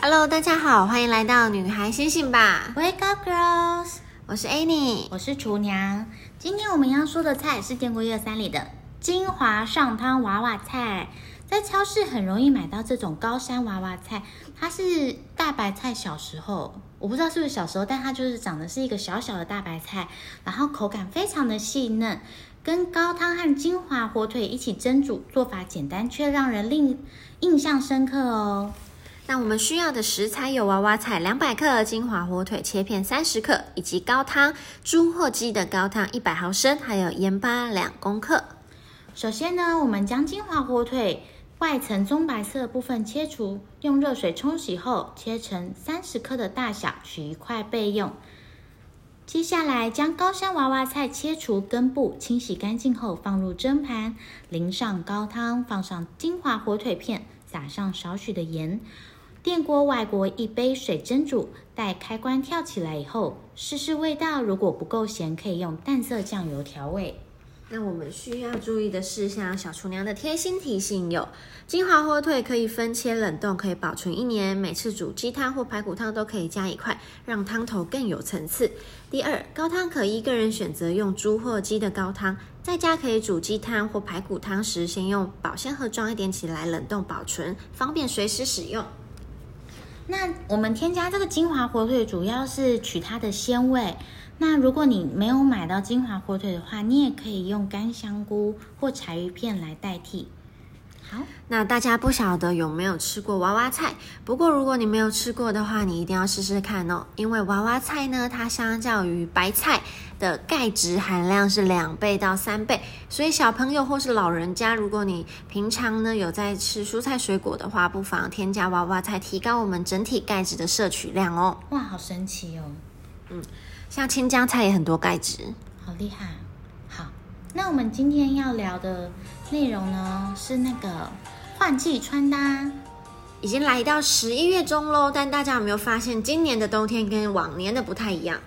Hello，大家好，欢迎来到《女孩醒醒吧》， Wake up, girls！我是 Annie。我是厨娘。今天我们要说的菜是建国一二三里的金华上汤娃娃菜，在超市很容易买到这种高山娃娃菜，它是大白菜。小时候我不知道是不是小时候，但它就是长得是一个小小的大白菜，然后口感非常的细嫩，跟高汤和金华火腿一起蒸煮，做法简单却让人令印象深刻哦。那我们需要的食材有娃娃菜两百克、金华火腿切片三十克，以及高汤，猪或鸡的高汤一百毫升，还有盐巴两公克。首先呢，我们将金华火腿外层棕白色的部分切除，用热水冲洗后切成三十克的大小，取一块备用。接下来将高山娃娃菜切除根部，清洗干净后放入蒸盘，淋上高汤，放上金华火腿片，撒上少许的盐，电锅外锅一杯水蒸煮，待开关跳起来以后试试味道，如果不够咸，可以用淡色酱油调味。那我们需要注意的事项，小厨娘的贴心提醒有：金华火腿可以分切冷冻，可以保存一年，每次煮鸡汤或排骨汤都可以加一块，让汤头更有层次。第二，高汤可依个人选择用猪或鸡的高汤，在家可以煮鸡汤或排骨汤时，先用保鲜盒装一点起来冷冻保存，方便随时使用。那我们添加这个金华火腿，主要是取它的鲜味。那如果你没有买到金华火腿的话，你也可以用干香菇或柴鱼片来代替。好，那大家不晓得有没有吃过娃娃菜？不过如果你没有吃过的话，你一定要试试看哦，因为娃娃菜呢，它相较于白菜的钙质含量是两倍到三倍，所以小朋友或是老人家，如果你平常呢有在吃蔬菜水果的话，不妨添加娃娃菜，提高我们整体钙质的摄取量哦。哇，好神奇哦，像青江菜也很多钙质。好厉害。好，那我们今天要聊的内容呢，是那个换季穿搭。已经来到十一月中喽，但大家有没有发现，今年的冬天跟往年的不太一样？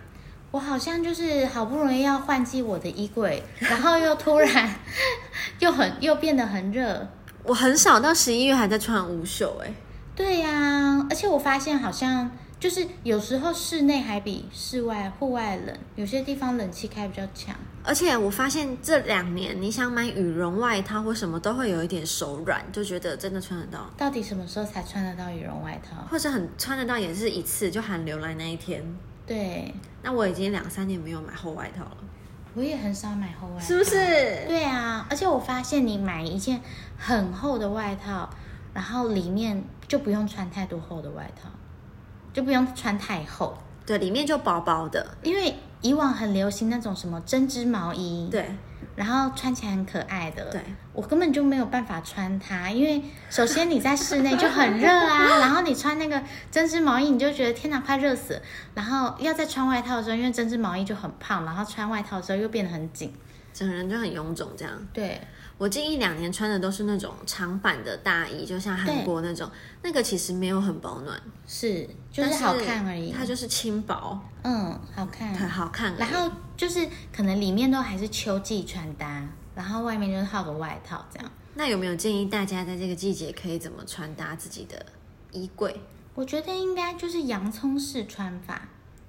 我好像就是好不容易要换季我的衣柜，然后又突然 又很又变得很热，我很少到十一月还在穿无袖哎、对呀、而且我发现好像就是有时候室内还比室外户外冷，有些地方冷气开比较强。而且我发现这两年，你想买羽绒外套或什么，都会有一点手软，就觉得真的穿得到，到底什么时候才穿得到羽绒外套？或者很穿得到也是一次，就寒流来那一天。对，那我已经两三年没有买厚外套了，我也很少买厚外套，是不是？？对啊，而且我发现你买一件很厚的外套，然后里面就不用穿太多厚的外套，就不用穿太厚，对，里面就薄薄的，因为以往很流行那种什么针织毛衣，，对然后穿起来很可爱的，对。我根本就没有办法穿它，因为首先你在室内就很热啊，然后你穿那个针织毛衣，你就觉得天哪，快热死了。然后要再穿外套的时候，因为针织毛衣就很胖，然后穿外套的时候又变得很紧。整个人就很臃肿这样。对，我近一两年穿的都是那种长版的大衣，就像韩对国那种，那个其实没有很保暖，是就是但是好看而已。它就是轻薄，嗯，好看。很好看而已。然后就是可能里面都还是秋季穿搭，然后外面就是套个外套这样。那有没有建议大家在这个季节可以怎么穿搭自己的衣柜？我觉得应该就是洋葱式穿法，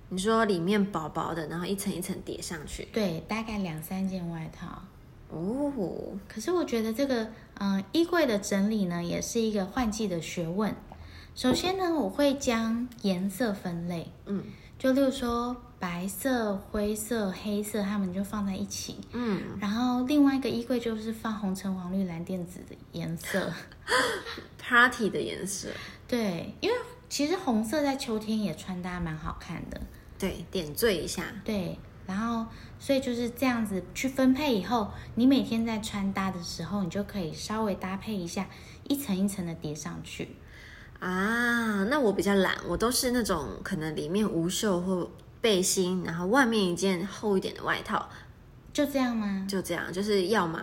你说里面薄薄的，然后一层一层叠上去。对，大概两三件外套。哦，可是我觉得这个，嗯、衣柜的整理呢，也是一个换季的学问。首先呢，我会将颜色分类，嗯就例如说白色、灰色、黑色，它们就放在一起。嗯，然后另外一个衣柜就是放红橙黄绿蓝靛紫的颜 色， ，party 的颜色，对，因为其实红色在秋天也穿搭蛮好看的，对，点缀一下。对。然后所以就是这样子去分配以后，你每天在穿搭的时候，你就可以稍微搭配一下，一层一层的叠上去。啊，那我比较懒，我都是那种可能里面无袖或背心，然后外面一件厚一点的外套，就这样吗？就这样，就是要么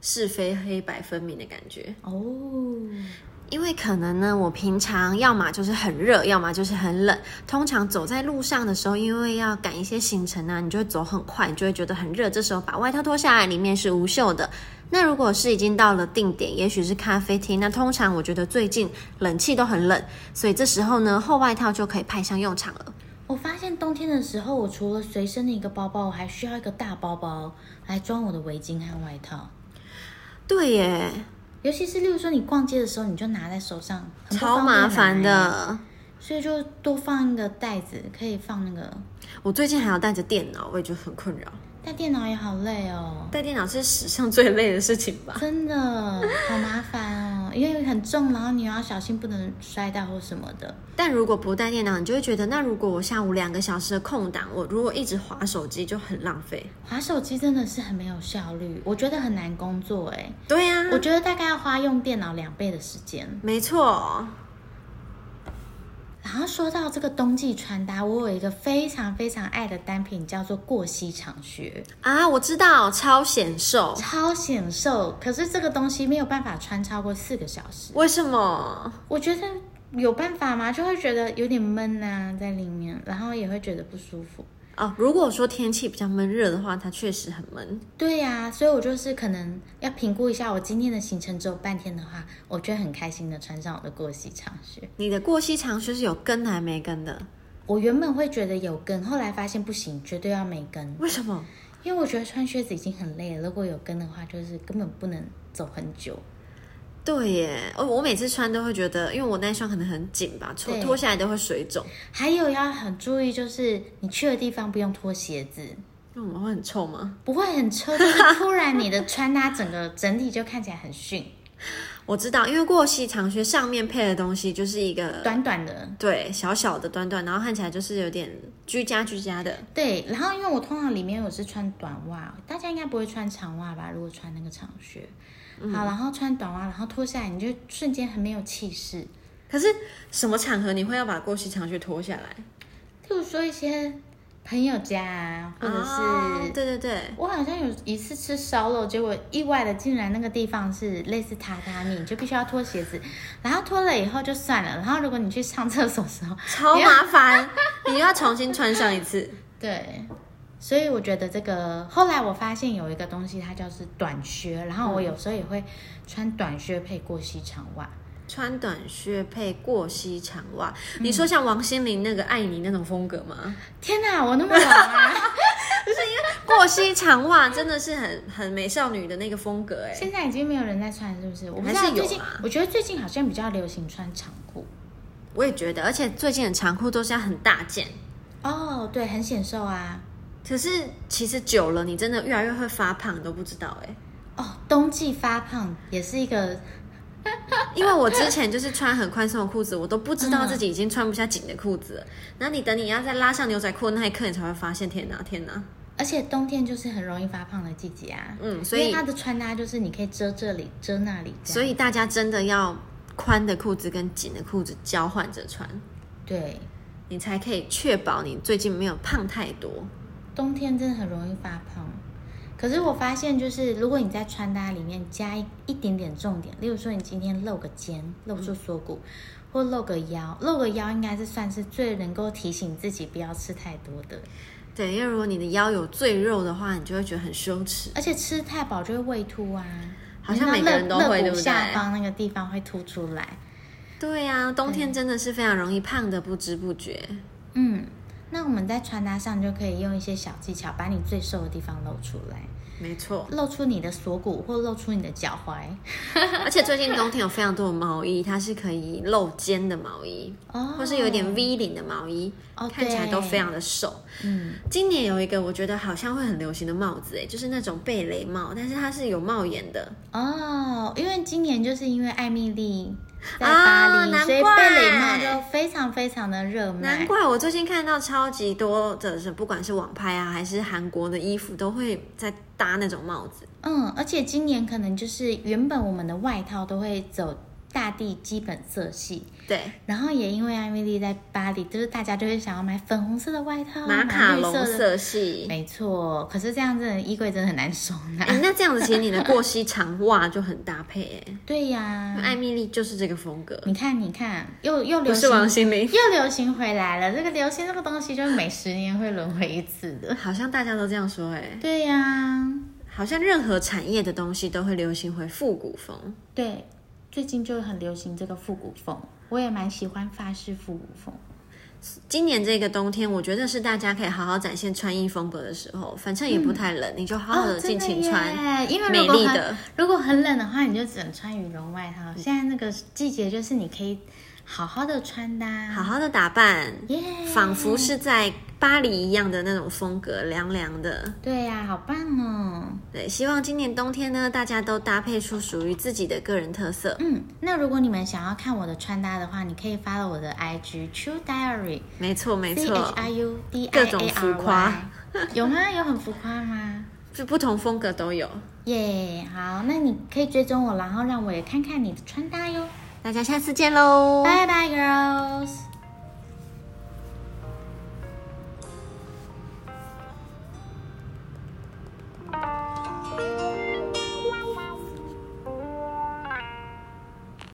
是非黑白分明的感觉。哦，因为可能呢，我平常要么就是很热，要么就是很冷。通常走在路上的时候，因为要赶一些行程啊，你就会走很快，你就会觉得很热。这时候把外套脱下来，里面是无袖的，那如果是已经到了定点，也许是咖啡厅，那通常我觉得最近冷气都很冷，所以这时候呢，厚外套就可以派上用场了。我发现冬天的时候，我除了随身的一个包包，我还需要一个大包包来装我的围巾和外套。对耶，尤其是例如说你逛街的时候，你就拿在手上，很不超方便麻烦拿欸。的。所以就多放一个袋子，可以放那个。我最近还要带着电脑，我也觉得很困扰。带电脑也好累哦，带电脑是史上最累的事情吧？ 真的好麻烦哦，因为很重，然后你要小心不能摔到或什么的。但如果不带电脑，你就会觉得，那如果我下午两个小时的空档，我如果一直划手机就很浪费。滑手机真的是很没有效率，我觉得很难工作哎。对呀、我觉得大概要花用电脑两倍的时间。没错。然后说到这个冬季穿搭，我有一个非常非常爱的单品，叫做过膝长靴，啊，我知道，超显瘦。超显瘦。可是这个东西没有办法穿超过四个小时，为什么？我觉得有办法吗？就会觉得有点闷呐、在里面，然后也会觉得不舒服。哦，如果说天气比较闷热的话，它确实很闷。对呀、所以我就是可能要评估一下，我今天的行程只有半天的话，我就会很开心的穿上我的过膝长靴。你的过膝长靴是有跟还没跟的？我原本会觉得有跟，后来发现不行，绝对要没跟。为什么？因为我觉得穿靴子已经很累了，如果有跟的话，就是根本不能走很久。对耶，哦，我每次穿都会觉得，因为我那一双可能很紧吧，脱对脱下来都会水肿，还有要很注意，就是你去的地方不用脱鞋子，那我会很臭吗？不会很臭，就是突然你的穿搭整个整体就看起来很逊，我知道，因为过膝长靴上面配的东西就是一个短短的。对小小的短短，然后看起来就是有点居家居家的。对，然后因为我通常里面我是穿短袜，大家应该不会穿长袜吧？如果穿那个长靴，嗯好，然后穿短袜，然后脱下来你就瞬间很没有气势。可是什么场合你会要把过膝长靴脱下来？例如说一些朋友家啊，或者是、啊对对对，我好像有一次吃烧肉，结果意外的竟然那个地方是类似榻榻米，你就必须要脱鞋子，然后脱了以后就算了，然后如果你去上厕所的时候，超麻 烦，你又要重新穿上一次。对，所以我觉得这个后来我发现有一个东西它叫是短靴，然后我有时候也会穿短靴配过膝长袜，穿短靴配过膝长袜，你说像王心凌那个爱你那种风格吗？天哪，我那么老啊！ 过膝长袜真的是很很美少女的那个风格哎、现在已经没有人在穿，是不是？我不知还是有道最近啦，我觉得最近好像比较流行穿长裤。我也觉得，而且最近的长裤都是要很大件，哦，对，很显瘦啊。可是其实久了你真的越来越会发胖都不知道哎、哦，冬季发胖也是一个因为我之前就是穿很宽松的裤子，我都不知道自己已经穿不下紧的裤子了。然后你等你要再拉上牛仔裤的那一刻，你才会发现天哪天哪，而且冬天就是很容易发胖的季节啊，嗯所以因为它的穿搭就是你可以遮这里遮那里这样，所以大家真的要宽的裤子跟紧的裤子交换着穿。对，你才可以确保你最近没有胖太多。冬天真的很容易发胖。可是我发现，就是如果你在穿搭里面加一一点点重点，例如说你今天露个肩，露出锁骨，嗯或露个腰，露个腰应该是算是最能够提醒自己不要吃太多的，对，因为如果你的腰有赘肉的话，你就会觉得很羞耻。而且吃太饱就会胃凸啊，好像你每知道个人都肋会肋对骨不对下方那个地方会凸出来。对呀、冬天真的是非常容易胖的，不知不觉。嗯，那我们在穿搭上就可以用一些小技巧，把你最瘦的地方露出来，，没错 露出你的锁骨或露出你的脚踝。而且最近冬天有非常多的毛衣，它是可以露肩的毛衣，哦或是有点 V 领的毛衣，哦看起来都对非常的瘦。嗯，今年有一个我觉得好像会很流行的帽子，哎，就是那种贝雷帽，但是它是有帽檐的，哦，因为今年就是因为艾米丽在啊巴黎，难所以怪贝雷帽就非常非常的热难卖。怪我最近看到超级多的是，不管是网拍啊，还是韩国的衣服，都会在搭那种帽子。嗯，而且今年可能就是原本我们的外套都会走大地基本色系，对，然后也因为艾米丽在巴黎，就是大家就会想要买粉红色的外套，马买卡绿龙色的色系。没错，可是这样子的衣柜真的很难收纳。哎、那这样子，其实你的过膝长袜就很搭配哎、对呀、因为艾米丽就是这个风格，你看，你看，又又流不是行，王心凌， 又流行回来了。这个流行这 个东西，就是每十年会轮回一次的。好像大家都这样说哎、对呀、好像任何产业的东西都会流行回复古风。对，最近就很流行这个复古风，我也蛮喜欢法式复古风。今年这个冬天，我觉得是大家可以好好展现穿衣风格的时候，反正也不太冷，你就好好的尽情哦穿。哦、真的耶因为美如果丽很的嗯如果很冷的话，你就只能穿羽绒外套。现在那个季节就是你可以好好的穿搭，好好的打扮，耶，仿佛是在巴黎一样的那种风格，凉凉的。对呀、好棒哦。对，希望今年冬天呢，大家都搭配出属于自己的个人特色。嗯，那如果你们想要看我的穿搭的话，你可以 follow 我的 IG True Diary 没错，没 C 错 H，I U D I A R Y，各种浮夸，有吗？有很浮夸吗？就不同风格都有。耶、好，那你可以追踪我，然后让我也看看你的穿搭哟。大家下次见喽，拜拜，girls。